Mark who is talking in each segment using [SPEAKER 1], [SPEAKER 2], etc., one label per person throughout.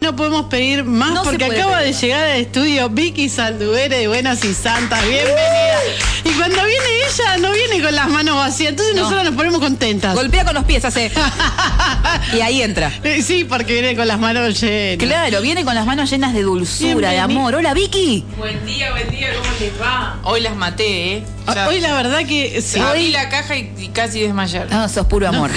[SPEAKER 1] No podemos pedir más
[SPEAKER 2] No se
[SPEAKER 1] porque
[SPEAKER 2] puede
[SPEAKER 1] acaba
[SPEAKER 2] pedir
[SPEAKER 1] de
[SPEAKER 2] más.
[SPEAKER 1] llegar al estudio Vicky Salduere de Buenas y Santas. Bienvenida. Y cuando viene ella, no viene con las manos vacías. Entonces
[SPEAKER 2] No.
[SPEAKER 1] nosotros nos ponemos contentas.
[SPEAKER 2] Golpea con los pies, hace. y ahí entra.
[SPEAKER 1] Eh, Sí, porque viene con las manos llenas.
[SPEAKER 2] Claro, viene con las manos llenas de dulzura, de
[SPEAKER 1] Bienveni-
[SPEAKER 2] amor. Hola, Vicky.
[SPEAKER 3] Buen día, buen día, ¿cómo les va? Hoy las maté, ¿eh?
[SPEAKER 2] Ah,
[SPEAKER 1] O- Hoy la verdad que sí.
[SPEAKER 3] Abrí la caja y, y casi desmayar.
[SPEAKER 2] No, sos puro amor.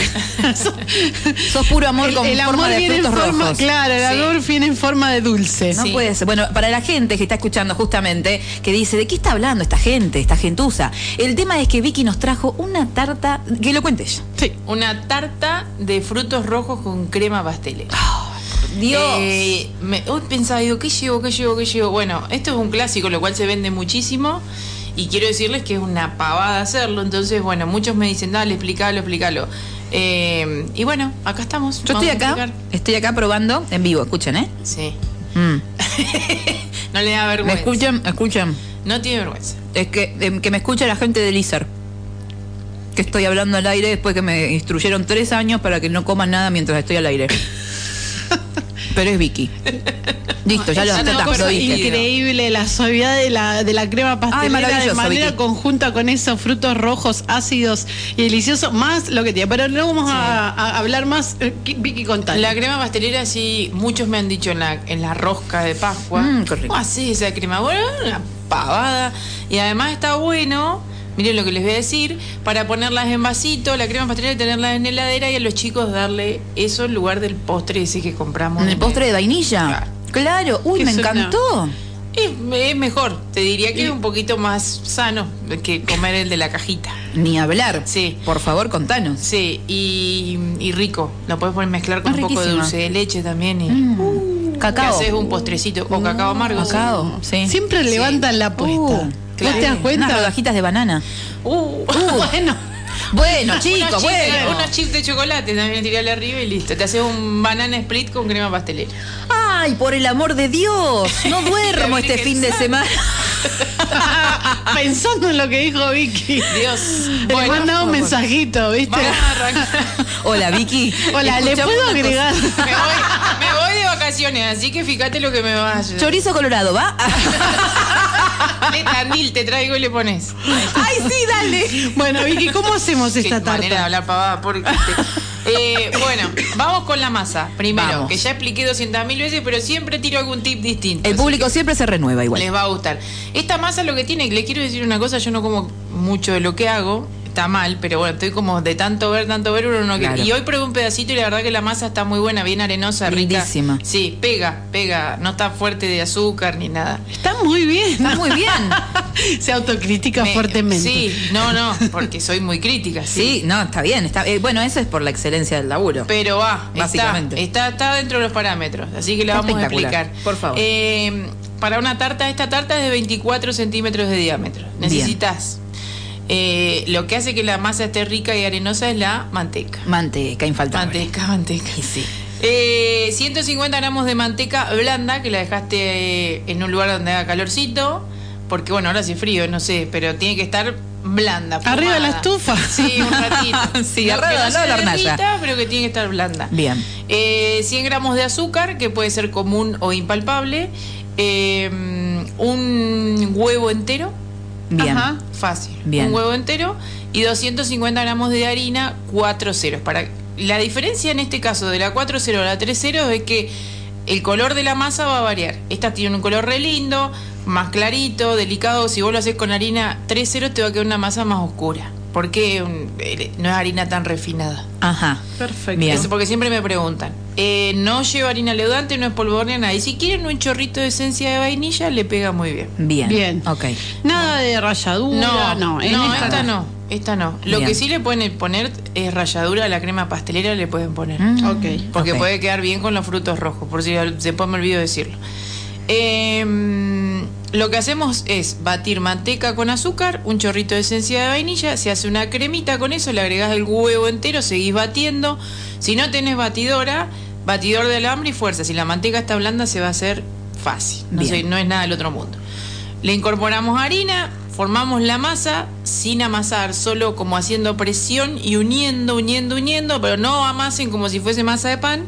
[SPEAKER 2] Sos puro amor
[SPEAKER 1] el,
[SPEAKER 2] con
[SPEAKER 1] el
[SPEAKER 2] forma
[SPEAKER 1] amor
[SPEAKER 2] de
[SPEAKER 1] viene en
[SPEAKER 2] frutos
[SPEAKER 1] forma,
[SPEAKER 2] rojos.
[SPEAKER 1] claro, el
[SPEAKER 3] Sí.
[SPEAKER 1] amor viene en forma de dulce.
[SPEAKER 2] No
[SPEAKER 3] Sí.
[SPEAKER 2] puede ser. Bueno, para la gente que está escuchando justamente, que dice, ¿de qué está hablando esta gente, esta gentuza? El tema es que Vicky nos trajo una tarta, que lo cuente ella.
[SPEAKER 1] Sí.
[SPEAKER 3] Una tarta de frutos rojos con crema pasteles.
[SPEAKER 2] Ah, Dios.
[SPEAKER 3] Eh, me, hoy pensaba, digo, ¿qué llevo, qué llevo, qué llevo? Bueno, esto es un clásico, lo cual se vende muchísimo. Y quiero decirles que es una pavada hacerlo. Entonces, bueno, muchos me dicen, dale, explícalo, explícalo. Eh, y bueno, acá estamos.
[SPEAKER 2] Yo estoy
[SPEAKER 3] Vamos a
[SPEAKER 2] acá,
[SPEAKER 3] explicar.
[SPEAKER 2] estoy acá probando en vivo, escuchen, ¿eh?
[SPEAKER 3] Sí.
[SPEAKER 2] Mm.
[SPEAKER 3] No le da
[SPEAKER 2] Me
[SPEAKER 3] vergüenza.
[SPEAKER 2] escuchan, escuchan.
[SPEAKER 3] No tiene vergüenza.
[SPEAKER 2] Es que, em, que me escucha la gente de Lizar. Que estoy hablando al aire después que me instruyeron tres años para que no coman nada mientras estoy al aire. Pero es Vicky. Listo, ya lo,
[SPEAKER 3] No,
[SPEAKER 2] ya
[SPEAKER 3] Ah, no,
[SPEAKER 2] está,
[SPEAKER 3] pero
[SPEAKER 2] lo
[SPEAKER 1] Ah, cosa
[SPEAKER 2] dije.
[SPEAKER 3] increíble.
[SPEAKER 1] increíble la suavidad de la, de la crema pastelera de
[SPEAKER 2] maravilloso,
[SPEAKER 1] manera
[SPEAKER 2] Vicky.
[SPEAKER 1] conjunta con esos frutos rojos, ácidos y deliciosos, más lo que tiene. Pero no vamos a, a hablar más. Eh, ¿qué- Vicky, contale.
[SPEAKER 3] La crema pastelera, sí, muchos me han dicho en la, en la rosca de Pascua.
[SPEAKER 2] Mm, qué rico.
[SPEAKER 3] "Oh, sí, esa crema? Bueno, una pavada. Y además está bueno, miren lo que les voy a decir, para ponerlas en vasito, la crema pastelera, y tenerlas en heladera y a los chicos darle eso en lugar del postre ese que compramos.
[SPEAKER 2] ¿En el postre de vainilla?
[SPEAKER 3] Claro.
[SPEAKER 2] Claro. Uy,
[SPEAKER 1] Que
[SPEAKER 2] me
[SPEAKER 1] es una-
[SPEAKER 2] encantó.
[SPEAKER 3] Es, es mejor, te diría que
[SPEAKER 1] Y-
[SPEAKER 3] es un poquito más sano que comer el de la cajita.
[SPEAKER 2] Ni hablar.
[SPEAKER 3] Sí.
[SPEAKER 2] Por favor, contanos.
[SPEAKER 3] Sí, y, y rico. Lo puedes poner mezclar con
[SPEAKER 2] Es
[SPEAKER 3] un poco de
[SPEAKER 2] riquísima.
[SPEAKER 3] dulce de leche también. Y
[SPEAKER 2] Mm. Cacao.
[SPEAKER 3] Uh,
[SPEAKER 2] Mm,
[SPEAKER 3] Que haces un postrecito con cacao amargo. sí.
[SPEAKER 2] Cacao, sí.
[SPEAKER 1] Siempre levantan la apuesta.
[SPEAKER 2] Uh,
[SPEAKER 1] ¿Vos
[SPEAKER 3] claro.
[SPEAKER 1] te das
[SPEAKER 2] Unas
[SPEAKER 1] cuenta? Ah,
[SPEAKER 2] rodajitas de banana.
[SPEAKER 3] Uh.
[SPEAKER 1] Bueno,
[SPEAKER 2] Bueno,
[SPEAKER 3] unos,
[SPEAKER 2] chicos,
[SPEAKER 3] chips,
[SPEAKER 2] bueno.
[SPEAKER 3] unos chips de chocolate también tirarle arriba y listo. Te haces un banana split con crema pastelera.
[SPEAKER 2] Ay, por el amor de Dios. No duermo
[SPEAKER 3] La
[SPEAKER 2] este
[SPEAKER 3] Virgen
[SPEAKER 2] fin de
[SPEAKER 3] Santa.
[SPEAKER 2] semana.
[SPEAKER 1] pensando en lo que dijo Vicky.
[SPEAKER 3] Dios.
[SPEAKER 1] Le mandaba un
[SPEAKER 3] por favor.
[SPEAKER 1] mensajito, ¿viste?
[SPEAKER 3] Vamos a arrancar.
[SPEAKER 2] Hola, Vicky.
[SPEAKER 1] Hola, ¿le
[SPEAKER 2] Escuchame
[SPEAKER 1] puedo
[SPEAKER 2] una
[SPEAKER 1] agregar?
[SPEAKER 3] Me voy, me voy de vacaciones, así que fíjate lo que me vas a
[SPEAKER 2] cosa.
[SPEAKER 3] hacer.
[SPEAKER 2] Chorizo colorado, ¿va?
[SPEAKER 3] De Tandil te traigo y le pones.
[SPEAKER 2] Ay, sí, dale.
[SPEAKER 1] Bueno, Vicky, ¿cómo hacemos
[SPEAKER 3] Qué
[SPEAKER 1] esta
[SPEAKER 3] manera de
[SPEAKER 1] tarta?
[SPEAKER 3] hablar pavada, porque te- Eh, bueno, vamos con la masa primero,
[SPEAKER 2] Vamos.
[SPEAKER 3] que ya expliqué 200.000 veces, pero siempre tiro algún tip distinto.
[SPEAKER 2] El
[SPEAKER 3] así
[SPEAKER 2] público siempre se renueva igual.
[SPEAKER 3] Les va a gustar. Esta masa lo que tiene, le quiero decir una cosa, yo no como mucho de lo que hago, está mal, pero bueno, estoy como de tanto ver, tanto ver, uno no quiere.
[SPEAKER 2] Claro.
[SPEAKER 3] Y hoy probé un pedacito y la verdad que la masa está muy buena, bien arenosa,
[SPEAKER 2] Lindísima.
[SPEAKER 3] rica. Sí, pega, pega, no está fuerte de azúcar ni nada.
[SPEAKER 1] Está muy bien.
[SPEAKER 2] Está muy bien.
[SPEAKER 1] Se autocritica
[SPEAKER 3] Ah. Me-
[SPEAKER 1] fuertemente.
[SPEAKER 3] Sí, no, no, porque soy muy crítica,
[SPEAKER 2] Sí,
[SPEAKER 3] sí.
[SPEAKER 2] no, está bien. Está, eh, bueno, eso es por la excelencia del laburo.
[SPEAKER 3] Pero va, está-
[SPEAKER 2] Básicamente.
[SPEAKER 3] Está, está, dentro de los parámetros, así que la
[SPEAKER 2] Está
[SPEAKER 3] vamos a
[SPEAKER 2] espectacular,
[SPEAKER 3] explicar.
[SPEAKER 2] por favor.
[SPEAKER 3] Eh, para una tarta, esta tarta es de 24 centímetros de diámetro. Necesitas. eh, lo que hace que la masa esté rica y arenosa es la manteca.
[SPEAKER 2] Manteca, infaltable.
[SPEAKER 3] Manteca, manteca.
[SPEAKER 2] Y sí.
[SPEAKER 3] Eh, 150 gramos de manteca blanda que la dejaste eh, en un lugar donde haga calorcito. Porque bueno, ahora hace frío, no sé, pero tiene que estar blanda.
[SPEAKER 1] Arriba de la estufa.
[SPEAKER 3] Sí, un ratito.
[SPEAKER 2] Sí,
[SPEAKER 3] No, que
[SPEAKER 2] arriba
[SPEAKER 3] no
[SPEAKER 2] del lado de la
[SPEAKER 3] se
[SPEAKER 2] hornalla.
[SPEAKER 3] derrita, Pero que tiene que estar blanda.
[SPEAKER 2] Bien.
[SPEAKER 3] Eh, 100 gramos de azúcar, que puede ser común o impalpable. Eh, un huevo entero.
[SPEAKER 2] Bien.
[SPEAKER 1] Ajá.
[SPEAKER 3] Fácil.
[SPEAKER 2] Bien.
[SPEAKER 3] Un huevo entero y 250 gramos de harina, 4 ceros. Para... La diferencia en este caso de la 4 cero a la 3 cero es que el color de la masa va a variar. Esta tiene un color re lindo, más clarito, delicado. Si vos lo haces con harina 3 cero te va a quedar una masa más oscura. Porque un- eh, no es harina tan refinada.
[SPEAKER 2] Ajá.
[SPEAKER 1] Perfecto.
[SPEAKER 2] Bien.
[SPEAKER 3] Eso porque siempre me preguntan. Eh, no lleva harina leudante, no es polvorón, nada. Y si quieren un chorrito de esencia de vainilla, le pega muy bien.
[SPEAKER 2] Bien.
[SPEAKER 1] Bien.
[SPEAKER 2] Ok.
[SPEAKER 1] Nada de ralladura,
[SPEAKER 3] No,
[SPEAKER 1] no. en
[SPEAKER 3] esta, no. Esta no. Lo
[SPEAKER 2] Bien.
[SPEAKER 3] que sí le pueden poner es ralladura a la crema pastelera, le pueden poner.
[SPEAKER 2] Mm,
[SPEAKER 1] Ok.
[SPEAKER 3] Porque
[SPEAKER 2] ok.
[SPEAKER 3] puede quedar bien con los frutos rojos, por si al- después me olvido decirlo. Eh, lo que hacemos es batir manteca con azúcar, un chorrito de esencia de vainilla, se hace una cremita con eso, le agregás el huevo entero, seguís batiendo. Si no tenés batidora, batidor de alambre y fuerza. Si la manteca está blanda, se va a hacer fácil. No,
[SPEAKER 2] Bien.
[SPEAKER 3] sé, no es nada del otro mundo. Le incorporamos harina, formamos la masa sin amasar, solo como haciendo presión y uniendo, uniendo, uniendo, pero no amasen como si fuese masa de pan,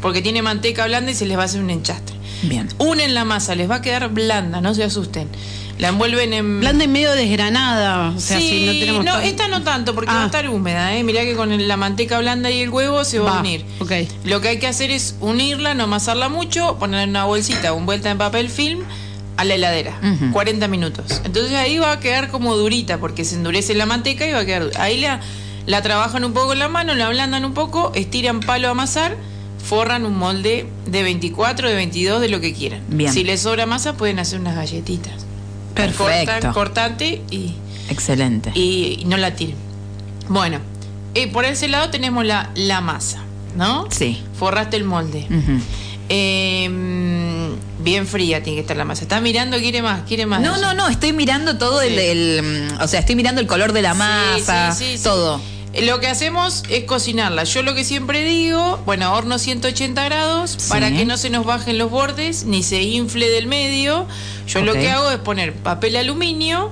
[SPEAKER 3] porque tiene manteca blanda y se les va a hacer un enchastre.
[SPEAKER 2] Bien.
[SPEAKER 3] Unen la masa, les va a quedar blanda, no se asusten. La envuelven en...
[SPEAKER 1] Blanda y medio desgranada. O sea, si
[SPEAKER 3] sí,
[SPEAKER 1] no tenemos.
[SPEAKER 3] no, este
[SPEAKER 1] tan-
[SPEAKER 3] esta no tanto porque va
[SPEAKER 1] Ah.
[SPEAKER 3] a estar húmeda, ¿eh? Mirá que con el- la manteca blanda y el huevo se va,
[SPEAKER 1] Va,
[SPEAKER 3] a unir.
[SPEAKER 1] ok.
[SPEAKER 3] Lo que hay que hacer es unirla, no amasarla mucho, ponerla en una bolsita envuelta en papel film a la heladera,
[SPEAKER 2] Ujú.
[SPEAKER 3] 40 minutos. Entonces ahí va a quedar como durita porque se endurece la manteca y va a quedar dura. Ahí la, la trabajan un poco con la mano, la ablandan un poco, estiran palo a amasar, forran un molde de 24, de 22, de lo que quieran.
[SPEAKER 2] Bien.
[SPEAKER 3] Si les sobra masa pueden hacer unas galletitas.
[SPEAKER 2] Perfecto.
[SPEAKER 3] Cortan, cortante y
[SPEAKER 2] Excelente.
[SPEAKER 3] y no la tiren. Bueno, eh, por ese lado tenemos la, la masa, ¿no?
[SPEAKER 2] Sí.
[SPEAKER 3] Forraste el molde.
[SPEAKER 2] Ujú.
[SPEAKER 3] Eh, mm, bien fría tiene que estar la masa. Está mirando, quiere más, quiere más.
[SPEAKER 2] No, no, no, estoy mirando todo el,
[SPEAKER 3] Sí.
[SPEAKER 2] el, mm, O sea, estoy mirando el color de la
[SPEAKER 3] Sí,
[SPEAKER 2] masa,
[SPEAKER 3] sí, sí, sí.
[SPEAKER 2] todo.
[SPEAKER 3] Eh, Lo que hacemos es cocinarla. Yo lo que siempre digo, bueno, horno 180 grados
[SPEAKER 2] Sí.
[SPEAKER 3] para que no se nos bajen los bordes ni se infle del medio. Yo lo
[SPEAKER 2] Ok.
[SPEAKER 3] que hago es poner papel aluminio,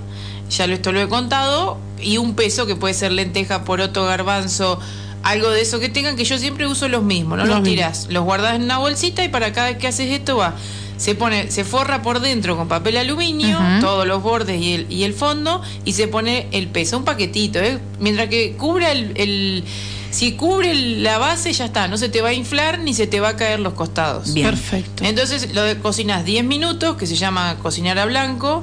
[SPEAKER 3] ya lo, esto lo he contado, y un peso que puede ser lenteja, poroto, garbanzo, algo de eso que tengan, que yo siempre uso los mismos, no
[SPEAKER 1] Los
[SPEAKER 3] los,
[SPEAKER 1] mismos.
[SPEAKER 3] tirás, los guardás en una bolsita y para cada vez que haces esto va. Se pone, se forra por dentro con papel aluminio,
[SPEAKER 2] Ujú.
[SPEAKER 3] todo todos los bordes y el, y el fondo y se pone el peso, un paquetito, ¿eh? mientras que cubra el, el- si cubre el- la base ya está, no se te va a inflar ni se te va a caer los costados.
[SPEAKER 2] Bien.
[SPEAKER 1] Perfecto.
[SPEAKER 3] Entonces lo de- cocinas 10 minutos, que se llama cocinar a blanco,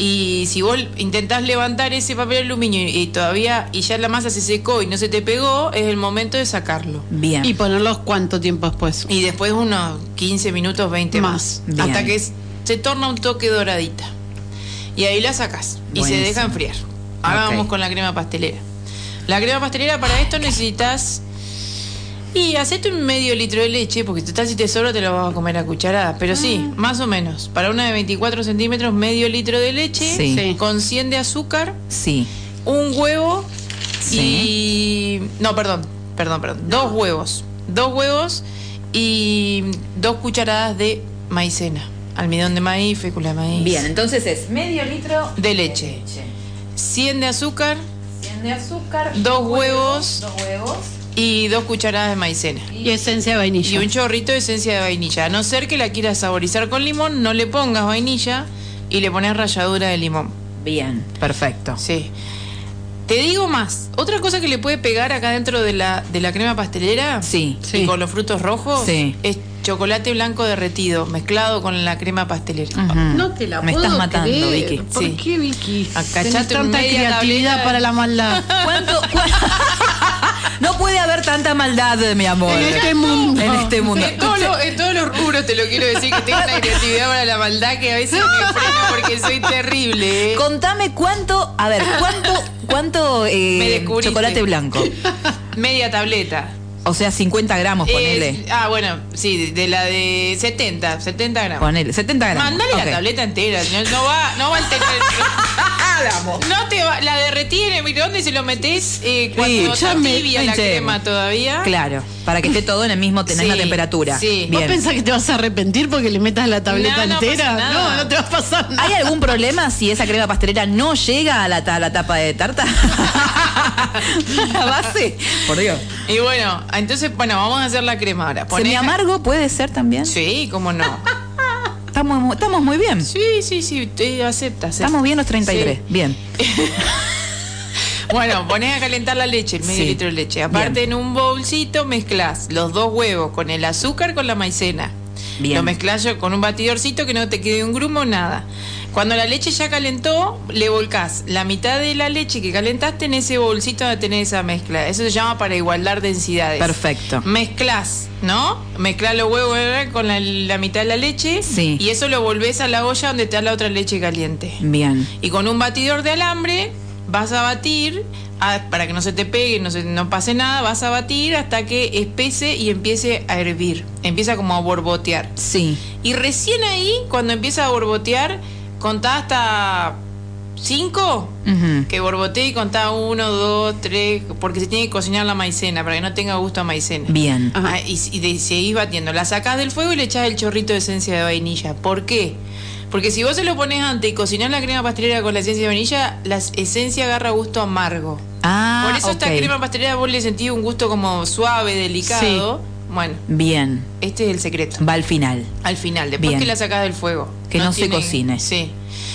[SPEAKER 3] y si vos intentás levantar ese papel aluminio y, y todavía y ya la masa se secó y no se te pegó, es el momento de sacarlo.
[SPEAKER 2] Bien.
[SPEAKER 1] Y ponerlos cuánto tiempo después.
[SPEAKER 3] Y después unos 15 minutos, 20 más.
[SPEAKER 2] Bien.
[SPEAKER 3] Hasta que es- se torna un toque doradita. Y ahí la sacas y se
[SPEAKER 2] Buenísimo.
[SPEAKER 3] deja enfriar. Ahora
[SPEAKER 2] Ok.
[SPEAKER 3] vamos con la crema pastelera. La crema pastelera para esto necesitas... Y hacete un medio litro de leche, porque total si te sobra te lo vas a comer a cucharadas. Pero sí,
[SPEAKER 2] Mm.
[SPEAKER 3] más o menos. Para una de 24 centímetros, medio litro de leche
[SPEAKER 2] Sí.
[SPEAKER 1] Sí.
[SPEAKER 3] con 100 de azúcar
[SPEAKER 2] Sí.
[SPEAKER 3] un huevo y. No, perdón, perdón, perdón. Dos huevos. Dos huevos y dos cucharadas de maicena. Almidón de maíz, fécula de maíz.
[SPEAKER 2] Bien, entonces es medio litro
[SPEAKER 3] De leche. 100 de azúcar
[SPEAKER 2] 100 de azúcar.
[SPEAKER 3] Dos huevos.
[SPEAKER 2] Dos huevos.
[SPEAKER 3] y dos cucharadas de maicena.
[SPEAKER 1] Y esencia de
[SPEAKER 3] Y
[SPEAKER 1] vainilla.
[SPEAKER 3] un chorrito de esencia de vainilla. A no ser que la quieras saborizar con limón, no le pongas vainilla y le pones ralladura de limón.
[SPEAKER 2] Bien, perfecto.
[SPEAKER 3] Sí. Te digo más, otra cosa que le puede pegar acá dentro de la, de la crema pastelera
[SPEAKER 2] Sí.
[SPEAKER 1] Sí.
[SPEAKER 3] y con los frutos rojos
[SPEAKER 2] Sí.
[SPEAKER 3] es chocolate blanco derretido mezclado con la crema pastelera.
[SPEAKER 2] Ujú. Me estás matando, Vicky.
[SPEAKER 1] ¿Por
[SPEAKER 3] Sí.
[SPEAKER 1] qué, Vicky?
[SPEAKER 3] Acá
[SPEAKER 1] Tenés
[SPEAKER 3] echate
[SPEAKER 1] tanta
[SPEAKER 3] media
[SPEAKER 1] creatividad
[SPEAKER 3] tableta.
[SPEAKER 1] para la maldad.
[SPEAKER 2] ¿Cuánto? cua- no puede haber tanta maldad, mi amor.
[SPEAKER 1] en este mundo.
[SPEAKER 2] En este mundo.
[SPEAKER 3] En todos, los, en todos los rubros te lo quiero decir que tengo una creatividad para la maldad que a veces me freno porque soy terrible. ¿eh?
[SPEAKER 2] Contame cuánto, a ver, cuánto, cuánto eh,
[SPEAKER 3] Me descubriste.
[SPEAKER 2] chocolate blanco.
[SPEAKER 3] Media tableta.
[SPEAKER 2] O sea, 50 gramos,
[SPEAKER 3] Eh,
[SPEAKER 2] ponele.
[SPEAKER 3] ah, bueno, sí, de la de 70, 70 gramos.
[SPEAKER 2] Ponele, 70 gramos.
[SPEAKER 3] Mandale
[SPEAKER 2] Ok.
[SPEAKER 3] la tableta entera, no, no va, no va a entender. no te va, la derretí en el microondas y se lo metés eh, cuando está
[SPEAKER 1] escuchame,
[SPEAKER 3] tibia la
[SPEAKER 2] pinche.
[SPEAKER 3] crema todavía.
[SPEAKER 2] Claro, para que esté todo en el mismo, en la misma
[SPEAKER 3] Sí,
[SPEAKER 2] temperatura.
[SPEAKER 3] sí.
[SPEAKER 1] ¿Vos
[SPEAKER 2] Bien.
[SPEAKER 1] pensás que te vas a arrepentir porque le metas la tableta
[SPEAKER 3] No, no
[SPEAKER 1] entera? No,
[SPEAKER 3] pasa nada.
[SPEAKER 1] no te va a pasar nada.
[SPEAKER 2] ¿Hay algún problema si esa crema pastelera no llega a la, ta- a la tapa de tarta? a la base. Por Dios.
[SPEAKER 3] Y bueno, entonces, bueno, vamos a hacer la crema ahora. Ponés-
[SPEAKER 2] amargo puede ser también?
[SPEAKER 3] Sí, cómo no.
[SPEAKER 2] Estamos, mu- estamos muy bien.
[SPEAKER 3] Sí, sí, sí, te acepta. acepta.
[SPEAKER 2] Estamos bien los 33.
[SPEAKER 3] Sí.
[SPEAKER 2] Bien.
[SPEAKER 3] Bueno, pones a calentar la leche, el medio
[SPEAKER 2] Sí.
[SPEAKER 3] litro de leche. Aparte, en un bolsito mezclas los dos huevos con el azúcar con la maicena.
[SPEAKER 2] Bien.
[SPEAKER 3] Lo mezclas con un batidorcito que no te quede un grumo, nada. Cuando la leche ya calentó, le volcás la mitad de la leche que calentaste en ese bolsito donde tenés esa mezcla. Eso se llama para igualar densidades.
[SPEAKER 2] Perfecto.
[SPEAKER 3] Mezclas, ¿no? Mezclas los huevos ¿verdad? con la, la mitad de la leche.
[SPEAKER 2] Sí.
[SPEAKER 3] Y eso lo volvés a la olla donde está la otra leche caliente.
[SPEAKER 2] Bien.
[SPEAKER 3] Y con un batidor de alambre vas a batir a- para que no se te pegue, no, se- no pase nada, vas a batir hasta que espese y empiece a hervir. Empieza como a borbotear.
[SPEAKER 2] Sí.
[SPEAKER 3] Y recién ahí, cuando empieza a borbotear, contá hasta 5.
[SPEAKER 2] Ujú.
[SPEAKER 3] Que borbotee y contá 1, 2, 3, porque se tiene que cocinar la maicena para que no tenga gusto a maicena.
[SPEAKER 2] Bien.
[SPEAKER 1] Ajá.
[SPEAKER 3] Ah, y, y de- seguís batiendo. La sacás del fuego y le echás el chorrito de esencia de vainilla. ¿Por qué? Porque si vos se lo pones antes y cocinás la crema pastelera con la esencia de vainilla, la esencia agarra gusto amargo.
[SPEAKER 2] Ah,
[SPEAKER 3] Por eso
[SPEAKER 2] ok.
[SPEAKER 3] esta crema pastelera vos le sentís un gusto como suave, delicado. Bueno,
[SPEAKER 2] Bien,
[SPEAKER 3] este es el secreto.
[SPEAKER 2] va al final
[SPEAKER 3] Al final, después
[SPEAKER 2] Bien.
[SPEAKER 3] que la sacas del fuego.
[SPEAKER 2] Que no se cocine.
[SPEAKER 3] Sí.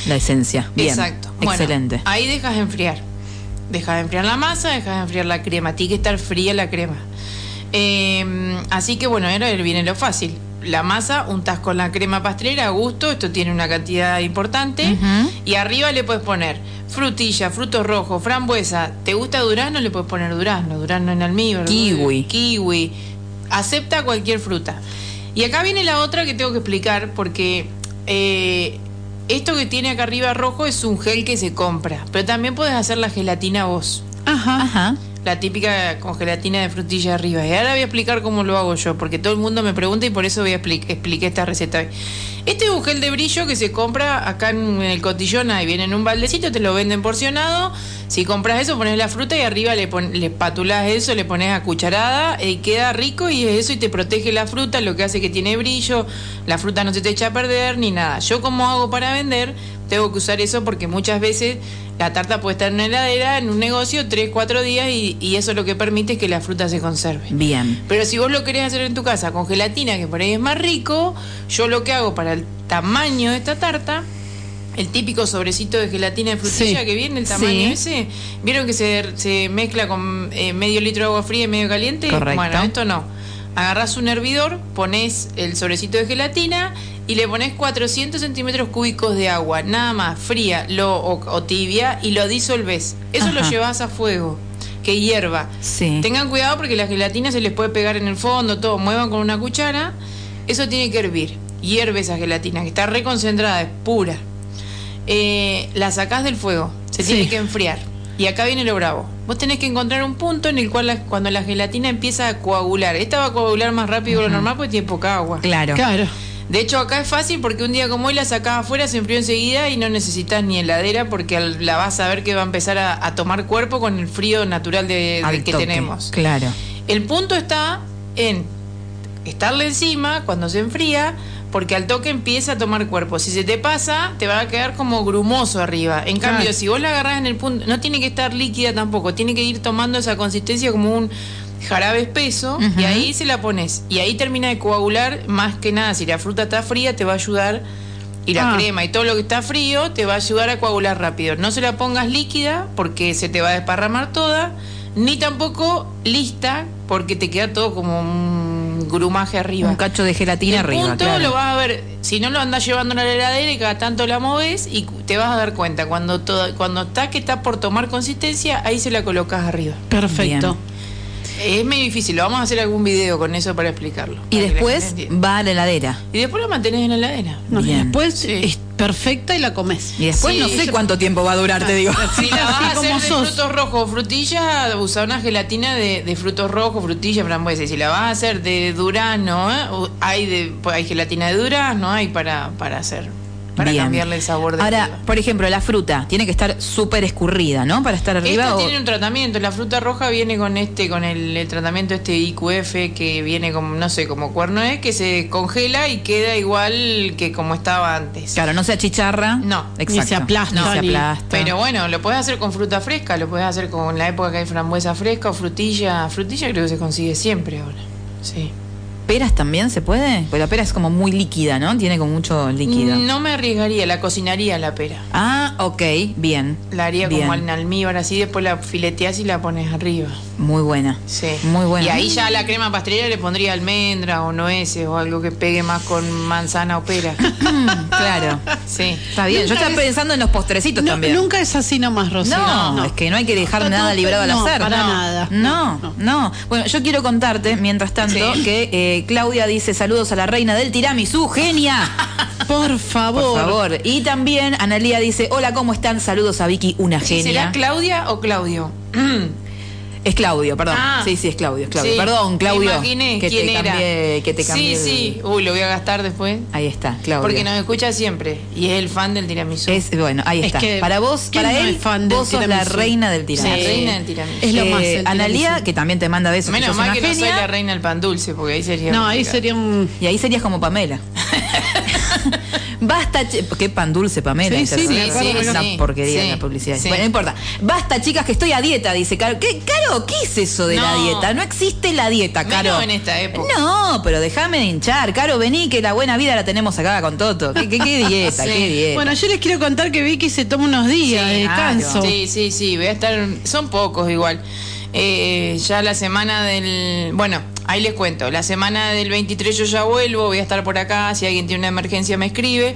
[SPEAKER 2] la esencia. Bien,
[SPEAKER 3] Exacto. Bueno,
[SPEAKER 2] excelente.
[SPEAKER 3] ahí dejas enfriar. Dejas de enfriar la masa, dejas de enfriar la crema. Tiene que estar fría la crema. Eh, así que bueno, era viene lo fácil. La masa untas con la crema pastelera a gusto, esto tiene una cantidad importante.
[SPEAKER 2] Ujú.
[SPEAKER 3] Y arriba le puedes poner frutilla, frutos rojos, frambuesa. ¿Te gusta durazno? Le puedes poner durazno, durazno en almíbar,
[SPEAKER 2] Kiwi.
[SPEAKER 3] kiwi. Acepta cualquier fruta. Y acá viene la otra que tengo que explicar porque eh, esto que tiene acá arriba rojo es un gel que se compra, pero también puedes hacer la gelatina vos.
[SPEAKER 1] Ajá.
[SPEAKER 2] Ajá.
[SPEAKER 3] La típica con gelatina de frutilla arriba. Y ahora voy a explicar cómo lo hago yo, porque todo el mundo me pregunta y por eso voy a expli- expliqué esta receta hoy. Este es un gel de brillo que se compra acá en el cotillón, ahí viene en un baldecito, te lo venden porcionado. Si compras eso, pones la fruta y arriba le, pon- le espatulás eso, le pones a cucharada y queda rico y es eso y te protege la fruta, lo que hace que tiene brillo, la fruta no se te echa a perder ni nada. Yo como hago para vender, tengo que usar eso porque muchas veces la tarta puede estar en una heladera, en un negocio, 3, 4 días y, y eso lo que permite es que la fruta se conserve.
[SPEAKER 2] Bien.
[SPEAKER 3] Pero si vos lo querés hacer en tu casa con gelatina, que por ahí es más rico, yo lo que hago para el tamaño de esta tarta, el típico sobrecito de gelatina de frutilla
[SPEAKER 1] Sí.
[SPEAKER 3] que viene, el tamaño
[SPEAKER 2] Sí.
[SPEAKER 3] ese, vieron que se, se mezcla con eh, medio litro de agua fría y medio caliente.
[SPEAKER 2] Correcto.
[SPEAKER 3] Bueno, esto no. Agarrás un hervidor, pones el sobrecito de gelatina y le pones 400 centímetros cúbicos de agua, nada más, fría lo, o, o tibia, y lo disolves. Eso lo
[SPEAKER 2] Ajá.
[SPEAKER 3] llevas a fuego, que hierva.
[SPEAKER 2] Sí.
[SPEAKER 3] Tengan cuidado porque la gelatina se les puede pegar en el fondo, todo. Muevan con una cuchara. Eso tiene que hervir. Hierve esa gelatina, que está reconcentrada, es pura. Eh, la sacás del fuego, se
[SPEAKER 1] Sí.
[SPEAKER 3] tiene que enfriar. Y acá viene lo bravo. Vos tenés que encontrar un punto en el cual la- cuando la gelatina empieza a coagular. Esta va a coagular más rápido de lo normal porque tiene poca agua.
[SPEAKER 2] Claro.
[SPEAKER 1] Claro.
[SPEAKER 3] De hecho, acá es fácil porque un día como hoy la sacás afuera, se enfrió enseguida y no necesitas ni heladera porque al- la vas a ver que va a empezar a, a tomar cuerpo con el frío natural de, de
[SPEAKER 2] Al
[SPEAKER 3] que
[SPEAKER 2] toque.
[SPEAKER 3] tenemos.
[SPEAKER 2] Claro.
[SPEAKER 3] El punto está en estarle encima cuando se enfría, porque al toque empieza a tomar cuerpo. Si se te pasa, te va a quedar como grumoso arriba. En
[SPEAKER 1] Claro.
[SPEAKER 3] cambio, si vos la agarrás en el punto, no tiene que estar líquida tampoco, tiene que ir tomando esa consistencia como un jarabe espeso
[SPEAKER 2] Ujú.
[SPEAKER 3] y ahí se la pones y ahí termina de coagular más que nada si la fruta está fría te va a ayudar y la
[SPEAKER 1] Ah.
[SPEAKER 3] crema y todo lo que está frío te va a ayudar a coagular rápido. No se la pongas líquida porque se te va a desparramar toda, ni tampoco lista porque te queda todo como un grumaje arriba.
[SPEAKER 2] Un cacho de gelatina
[SPEAKER 3] El
[SPEAKER 2] arriba.
[SPEAKER 3] punto
[SPEAKER 2] claro.
[SPEAKER 3] lo vas a ver, si no lo andás llevando a la heladera y cada tanto la moves y cu- te vas a dar cuenta cuando todo, cuando está que está por tomar consistencia, ahí se la colocas arriba.
[SPEAKER 1] Perfecto.
[SPEAKER 3] Es medio difícil, lo vamos a hacer algún video con eso para explicarlo.
[SPEAKER 2] Y
[SPEAKER 3] para que la
[SPEAKER 2] después
[SPEAKER 3] gente entienda.
[SPEAKER 2] va a la heladera.
[SPEAKER 3] y después lo mantenés en la heladera.
[SPEAKER 1] No, y
[SPEAKER 2] Bien.
[SPEAKER 1] después
[SPEAKER 3] Sí.
[SPEAKER 1] es perfecta y la comes.
[SPEAKER 2] Y después
[SPEAKER 3] Sí,
[SPEAKER 2] no sé
[SPEAKER 3] yo- Ah,
[SPEAKER 2] cuánto tiempo va a durar, te digo.
[SPEAKER 3] Si la vas
[SPEAKER 1] Así
[SPEAKER 3] a hacer
[SPEAKER 1] como
[SPEAKER 3] de
[SPEAKER 1] sos.
[SPEAKER 3] frutos rojos o frutillas, usa una gelatina de, de frutos rojos, frutillas, frambuesa. Y si la vas a hacer de durano, ¿eh? U- hay de, pues, hay gelatina de durazno, hay para, para hacer, para
[SPEAKER 2] Bien.
[SPEAKER 3] cambiarle el sabor de
[SPEAKER 2] Ahora,
[SPEAKER 3] arriba.
[SPEAKER 2] por ejemplo, la fruta tiene que estar súper escurrida, ¿no? Para estar arriba.
[SPEAKER 3] Esta
[SPEAKER 2] o-
[SPEAKER 3] tiene un tratamiento, la fruta roja viene con este, con el, el tratamiento este IQF que viene como, no sé, como cuerno es, que se congela y queda igual que como estaba antes.
[SPEAKER 2] Claro, no sea chicharra.
[SPEAKER 3] No.
[SPEAKER 1] Ni
[SPEAKER 2] exacto.
[SPEAKER 1] se aplasta,
[SPEAKER 2] No se
[SPEAKER 1] ni-
[SPEAKER 2] aplasta.
[SPEAKER 3] Pero bueno, lo puedes hacer con fruta fresca, lo puedes hacer con la época que hay frambuesa fresca o frutilla. Frutilla creo que se consigue siempre ahora. Sí.
[SPEAKER 2] ¿Peras también se puede? Pues la pera es como muy líquida, ¿no? Tiene como mucho líquido.
[SPEAKER 3] No me arriesgaría, la cocinaría la pera.
[SPEAKER 2] Ah, ok, bien.
[SPEAKER 3] La haría
[SPEAKER 2] Bien.
[SPEAKER 3] como en almíbar, así después la fileteas y la pones arriba.
[SPEAKER 2] Muy buena.
[SPEAKER 3] Sí.
[SPEAKER 2] Muy buena.
[SPEAKER 3] Y ahí ya a la crema pastelera le pondría almendra o nueces o algo que pegue más con manzana o pera.
[SPEAKER 2] Mm, claro.
[SPEAKER 3] Sí.
[SPEAKER 2] Está bien. Yo
[SPEAKER 1] Nunca
[SPEAKER 2] estaba
[SPEAKER 1] es-
[SPEAKER 2] pensando en los postrecitos
[SPEAKER 1] No,
[SPEAKER 2] también.
[SPEAKER 1] Nunca es así nomás, Rosy.
[SPEAKER 2] No, es que no hay que dejar
[SPEAKER 1] Está
[SPEAKER 2] nada
[SPEAKER 1] todo-
[SPEAKER 2] librado al
[SPEAKER 1] no,
[SPEAKER 2] azar.
[SPEAKER 1] para
[SPEAKER 2] no,
[SPEAKER 1] nada.
[SPEAKER 2] No, no,
[SPEAKER 1] No,
[SPEAKER 2] Bueno, yo quiero contarte, mientras tanto,
[SPEAKER 3] Sí.
[SPEAKER 2] que eh, Claudia dice saludos a la reina del tiramisú, genia.
[SPEAKER 1] Por favor.
[SPEAKER 2] Por favor. Y también Analía dice, hola, ¿cómo están? Saludos a Vicky, una
[SPEAKER 3] ¿Será
[SPEAKER 2] genia.
[SPEAKER 3] Claudia o Claudio?
[SPEAKER 2] es Claudio, perdón.
[SPEAKER 3] Ah.
[SPEAKER 2] Sí, sí, es Claudio. es Claudio.
[SPEAKER 3] Sí,
[SPEAKER 2] Perdón,
[SPEAKER 3] me
[SPEAKER 2] Claudio.
[SPEAKER 3] imaginé
[SPEAKER 2] que,
[SPEAKER 3] quién
[SPEAKER 2] te
[SPEAKER 3] era.
[SPEAKER 2] cambié, que te cambié. el-
[SPEAKER 3] Sí, sí. Uy, lo voy a gastar después.
[SPEAKER 2] Ahí está, Claudio.
[SPEAKER 3] Porque nos escucha siempre y es el fan del tiramisú.
[SPEAKER 2] Es, bueno, ahí
[SPEAKER 1] Es
[SPEAKER 2] está.
[SPEAKER 1] que,
[SPEAKER 2] para vos,
[SPEAKER 1] ¿quién
[SPEAKER 2] para
[SPEAKER 1] no
[SPEAKER 2] él,
[SPEAKER 1] es fan del
[SPEAKER 2] vos sos la
[SPEAKER 1] tiramisú?
[SPEAKER 2] reina del
[SPEAKER 3] la
[SPEAKER 1] Sí.
[SPEAKER 2] tiramisú.
[SPEAKER 3] reina del tiramisú.
[SPEAKER 1] Es lo
[SPEAKER 2] Eh,
[SPEAKER 1] más, el
[SPEAKER 2] Analía,
[SPEAKER 1] tiramisú.
[SPEAKER 2] que también te manda besos. que
[SPEAKER 3] Menos
[SPEAKER 2] sos
[SPEAKER 3] mal
[SPEAKER 2] una
[SPEAKER 3] que no soy
[SPEAKER 2] genia.
[SPEAKER 3] la reina del pan dulce, porque ahí sería.
[SPEAKER 1] No, ahí
[SPEAKER 3] complicado.
[SPEAKER 1] sería un.
[SPEAKER 2] Y ahí serías como Pamela. Basta, chi- qué pan dulce, Pamela.
[SPEAKER 1] Sí,
[SPEAKER 2] esa,
[SPEAKER 1] sí,
[SPEAKER 2] ¿no?
[SPEAKER 1] sí,
[SPEAKER 2] Es
[SPEAKER 1] sí,
[SPEAKER 2] una
[SPEAKER 3] sí,
[SPEAKER 2] porquería
[SPEAKER 3] sí,
[SPEAKER 2] la publicidad.
[SPEAKER 3] sí.
[SPEAKER 2] Bueno, no importa. Basta, chicas, que estoy a dieta, dice Caro. ¿Qué, Caro, ¿qué es eso de la
[SPEAKER 3] No.
[SPEAKER 2] dieta? No existe la dieta,
[SPEAKER 3] Menos
[SPEAKER 2] Caro.
[SPEAKER 3] en esta época.
[SPEAKER 2] No, pero déjame de hinchar, Caro, vení que la buena vida la tenemos acá con Toto. ¿Qué, qué- qué dieta?
[SPEAKER 3] Sí.
[SPEAKER 2] ¿Qué dieta?
[SPEAKER 1] Bueno, yo les quiero contar que Vicky se toma unos días
[SPEAKER 3] Sí,
[SPEAKER 1] de
[SPEAKER 2] claro.
[SPEAKER 1] descanso.
[SPEAKER 3] Sí, sí, sí, voy a estar, son pocos igual. Eh, ya la semana del, bueno, ahí les cuento, la semana del 23 yo ya vuelvo, voy a estar por acá, si alguien tiene una emergencia me escribe.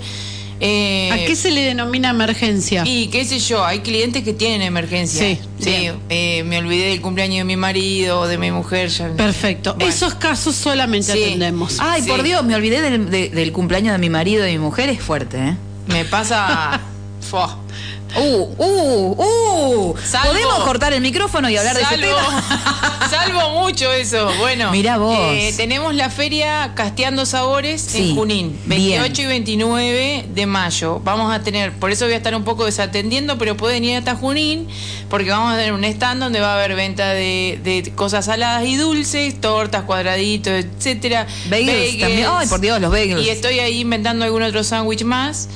[SPEAKER 3] Eh,
[SPEAKER 1] ¿A qué se le denomina emergencia?
[SPEAKER 3] y qué sé yo, hay clientes que tienen emergencia.
[SPEAKER 1] Sí,
[SPEAKER 3] sí.
[SPEAKER 1] bien.
[SPEAKER 3] eh, me olvidé del cumpleaños de mi marido, de mi mujer. Ya.
[SPEAKER 1] Perfecto.
[SPEAKER 3] Bueno.
[SPEAKER 1] Esos casos solamente
[SPEAKER 3] Sí.
[SPEAKER 1] atendemos.
[SPEAKER 2] Ay,
[SPEAKER 3] Sí.
[SPEAKER 2] por Dios, me olvidé del, de- del cumpleaños de mi marido y mi mujer, es fuerte, ¿eh?
[SPEAKER 3] Me pasa... Fua.
[SPEAKER 2] Uh, uh, uh.
[SPEAKER 3] Salvo-
[SPEAKER 2] ¿Podemos cortar el micrófono y hablar de ese tema?
[SPEAKER 3] salvo, salvo mucho eso. Bueno, eh,
[SPEAKER 2] Mirá vos.
[SPEAKER 3] tenemos la feria Casteando Sabores
[SPEAKER 2] Sí,
[SPEAKER 3] en Junín,
[SPEAKER 2] bien.
[SPEAKER 3] 28 y 29 de mayo. Vamos a tener, por eso voy a estar un poco desatendiendo, pero pueden ir hasta Junín, porque vamos a tener un stand donde va a haber venta de, de cosas saladas y dulces, tortas, cuadraditos, etcétera.
[SPEAKER 2] Bagels también. Ay, por Dios, los bagels.
[SPEAKER 3] Y estoy ahí inventando algún otro sándwich más.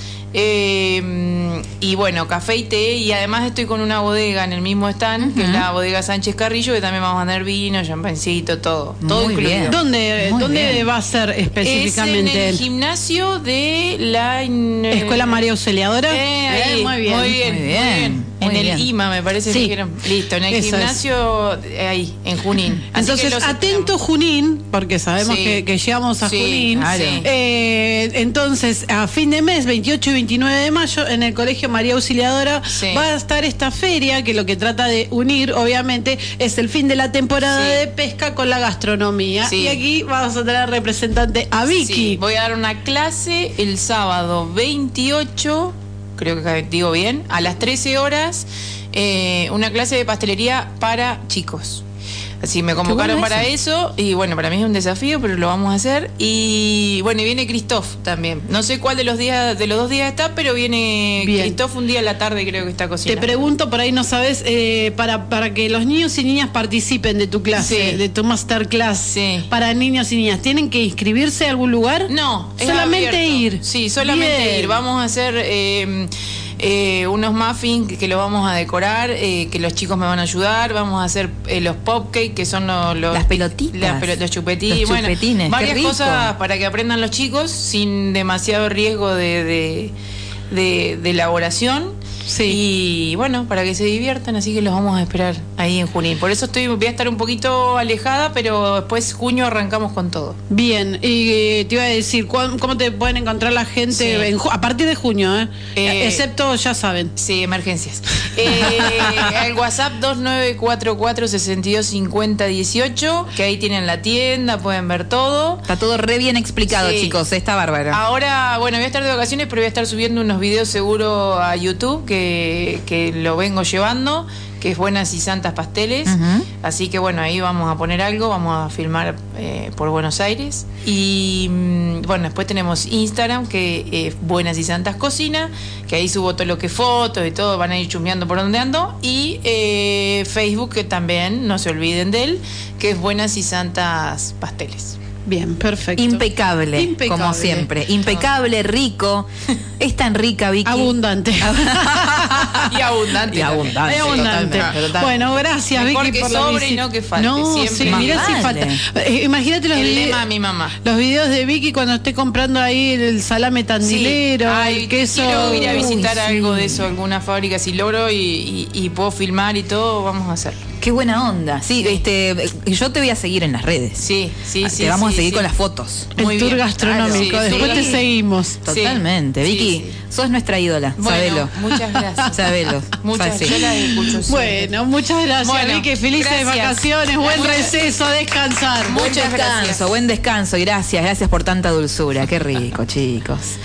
[SPEAKER 3] Eh, y bueno, café y té. Y además estoy con una bodega en el mismo stand, que es la bodega Sánchez Carrillo, que también vamos a tener vino, champancito, todo. Todo
[SPEAKER 2] Muy
[SPEAKER 3] incluido.
[SPEAKER 2] bien.
[SPEAKER 1] ¿Dónde,
[SPEAKER 2] Muy
[SPEAKER 1] dónde
[SPEAKER 2] bien.
[SPEAKER 1] va a ser
[SPEAKER 3] Es en
[SPEAKER 1] específicamente?
[SPEAKER 3] el gimnasio de la in-
[SPEAKER 1] ¿Escuela María Auxiliadora?
[SPEAKER 3] Eh, ahí,
[SPEAKER 1] Eh, muy bien.
[SPEAKER 3] Muy bien,
[SPEAKER 2] Muy bien,
[SPEAKER 3] muy bien.
[SPEAKER 2] muy
[SPEAKER 3] en
[SPEAKER 2] bien.
[SPEAKER 3] el IMA, me parece
[SPEAKER 1] Sí.
[SPEAKER 3] que dijeron. Listo, en el
[SPEAKER 1] Eso es.
[SPEAKER 3] gimnasio eh, ahí, en Junín. Así que
[SPEAKER 1] Entonces,
[SPEAKER 3] los
[SPEAKER 1] atento Junín, porque sabemos
[SPEAKER 3] Sí.
[SPEAKER 1] que, que llegamos a
[SPEAKER 3] Sí,
[SPEAKER 1] Junín.
[SPEAKER 3] claro.
[SPEAKER 1] Eh, entonces, a fin de mes, 28 y 29 de mayo, en el Colegio María Auxiliadora
[SPEAKER 3] Sí.
[SPEAKER 1] va a estar esta feria, que lo que trata de unir, obviamente, es el fin de la temporada
[SPEAKER 3] Sí.
[SPEAKER 1] de pesca con la gastronomía.
[SPEAKER 3] Sí.
[SPEAKER 1] Y aquí vamos a tener representante a Vicky.
[SPEAKER 3] Sí, voy a dar una clase el sábado 28, creo que digo bien, a las 13 horas, eh, una clase de pastelería para chicos. Así me convocaron
[SPEAKER 2] bueno
[SPEAKER 3] para eso y bueno, para mí es un desafío, pero lo vamos a hacer. Y bueno, y viene Christoph también. No sé cuál de los días de los dos días está, pero viene
[SPEAKER 1] Bien.
[SPEAKER 3] Christoph un día a la tarde creo que está
[SPEAKER 1] Te
[SPEAKER 3] cocinando.
[SPEAKER 1] pregunto, por ahí no sabes, eh, para, para que los niños y niñas participen de tu clase,
[SPEAKER 3] Sí.
[SPEAKER 1] de tu masterclass
[SPEAKER 3] Sí.
[SPEAKER 1] para niños y niñas, ¿tienen que inscribirse a algún lugar?
[SPEAKER 3] No, es
[SPEAKER 1] solamente
[SPEAKER 3] abierto.
[SPEAKER 1] ir.
[SPEAKER 3] Sí, solamente
[SPEAKER 1] Bien.
[SPEAKER 3] ir. Vamos a hacer eh, eh, unos muffins que- que los vamos a decorar, eh, que los chicos me van a ayudar. Vamos a hacer eh, los popcakes, que son los, los-
[SPEAKER 2] Las pelotitas.
[SPEAKER 3] las pelo- los chupetines.
[SPEAKER 2] Los
[SPEAKER 3] bueno,
[SPEAKER 2] chupetines, qué
[SPEAKER 3] varias
[SPEAKER 2] rico.
[SPEAKER 3] cosas para que aprendan los chicos sin demasiado riesgo de, de- de- de elaboración.
[SPEAKER 1] Sí.
[SPEAKER 3] Y bueno, para que se diviertan, así que los vamos a esperar ahí en Junín. Por eso estoy, voy a estar un poquito alejada, pero después junio arrancamos con todo.
[SPEAKER 1] Bien, y eh, te iba a decir, ¿cuán- ¿cómo te pueden encontrar la gente
[SPEAKER 3] Sí.
[SPEAKER 1] en ju- a partir de junio? eh?
[SPEAKER 3] Eh,
[SPEAKER 1] Excepto, ya saben.
[SPEAKER 3] Sí, emergencias. Eh, el WhatsApp 2944-625018, que ahí tienen la tienda, pueden ver todo.
[SPEAKER 2] Está todo re bien explicado,
[SPEAKER 3] Sí. Ah,
[SPEAKER 2] chicos. Está bárbaro.
[SPEAKER 3] Ahora, bueno, voy a estar de vacaciones, pero voy a estar subiendo unos videos seguro a YouTube, que, que lo vengo llevando, que es Buenas y Santas Pasteles.
[SPEAKER 2] Ujú.
[SPEAKER 3] Así que bueno, ahí vamos a poner algo, vamos a filmar eh, por Buenos Aires. Y mm, bueno, después tenemos Instagram, que es Buenas y Santas Cocina, que ahí subo todo lo que fotos y todo, van a ir chumbeando por donde ando. Y eh, Facebook, que también, no se olviden de él, que es Buenas y Santas Pasteles.
[SPEAKER 1] Bien, perfecto.
[SPEAKER 2] Impecable,
[SPEAKER 1] Impecable.
[SPEAKER 2] como siempre. Impecable, rico. Es tan rica, Vicky.
[SPEAKER 1] Abundante.
[SPEAKER 3] y abundante.
[SPEAKER 2] Y
[SPEAKER 3] también.
[SPEAKER 2] abundante.
[SPEAKER 3] Ah,
[SPEAKER 1] abundante.
[SPEAKER 3] Sí, totalmente, totalmente.
[SPEAKER 1] Bueno, gracias,
[SPEAKER 3] Mejor
[SPEAKER 1] Vicky,
[SPEAKER 3] que
[SPEAKER 1] por la
[SPEAKER 3] sobre y
[SPEAKER 1] visita.
[SPEAKER 3] no que falte,
[SPEAKER 1] No,
[SPEAKER 3] siempre.
[SPEAKER 1] sí,
[SPEAKER 3] Más
[SPEAKER 1] mirá si
[SPEAKER 2] vale.
[SPEAKER 1] falta. Eh, imagínate los
[SPEAKER 3] el
[SPEAKER 1] vide-
[SPEAKER 3] lema de mi mamá.
[SPEAKER 1] Los videos de Vicky cuando esté comprando ahí el salame tandilero,
[SPEAKER 3] Sí. Ay,
[SPEAKER 1] el queso.
[SPEAKER 3] Quiero ir a visitar
[SPEAKER 2] Uy, sí.
[SPEAKER 3] algo de eso, alguna fábrica, si logro y, y- y puedo filmar y todo, vamos a hacerlo.
[SPEAKER 2] Qué buena onda. Sí, este, yo te voy a seguir en las redes.
[SPEAKER 3] Sí, sí,
[SPEAKER 2] Ah,
[SPEAKER 3] sí.
[SPEAKER 2] te vamos
[SPEAKER 3] sí,
[SPEAKER 2] a seguir
[SPEAKER 3] sí.
[SPEAKER 2] con las fotos.
[SPEAKER 1] El
[SPEAKER 3] Muy
[SPEAKER 1] tour
[SPEAKER 3] bien.
[SPEAKER 1] gastronómico.
[SPEAKER 3] Claro, sí,
[SPEAKER 1] Después
[SPEAKER 3] sí.
[SPEAKER 1] te seguimos.
[SPEAKER 2] Totalmente.
[SPEAKER 3] Sí,
[SPEAKER 2] Vicky,
[SPEAKER 3] sí.
[SPEAKER 2] sos nuestra ídola.
[SPEAKER 3] Bueno,
[SPEAKER 2] Sabelo.
[SPEAKER 3] muchas gracias.
[SPEAKER 2] Sabelo.
[SPEAKER 3] Muchas
[SPEAKER 2] Sabelo.
[SPEAKER 3] yo las escucho siempre.
[SPEAKER 1] Bueno, muchas gracias,
[SPEAKER 3] Bueno,
[SPEAKER 1] Vicky. Felices
[SPEAKER 3] gracias.
[SPEAKER 1] vacaciones, buen
[SPEAKER 3] Muchas-
[SPEAKER 1] receso, a descansar.
[SPEAKER 2] Buen
[SPEAKER 3] muchas
[SPEAKER 2] descanso,
[SPEAKER 3] gracias.
[SPEAKER 2] buen descanso. Gracias, gracias por tanta dulzura. Qué rico, chicos.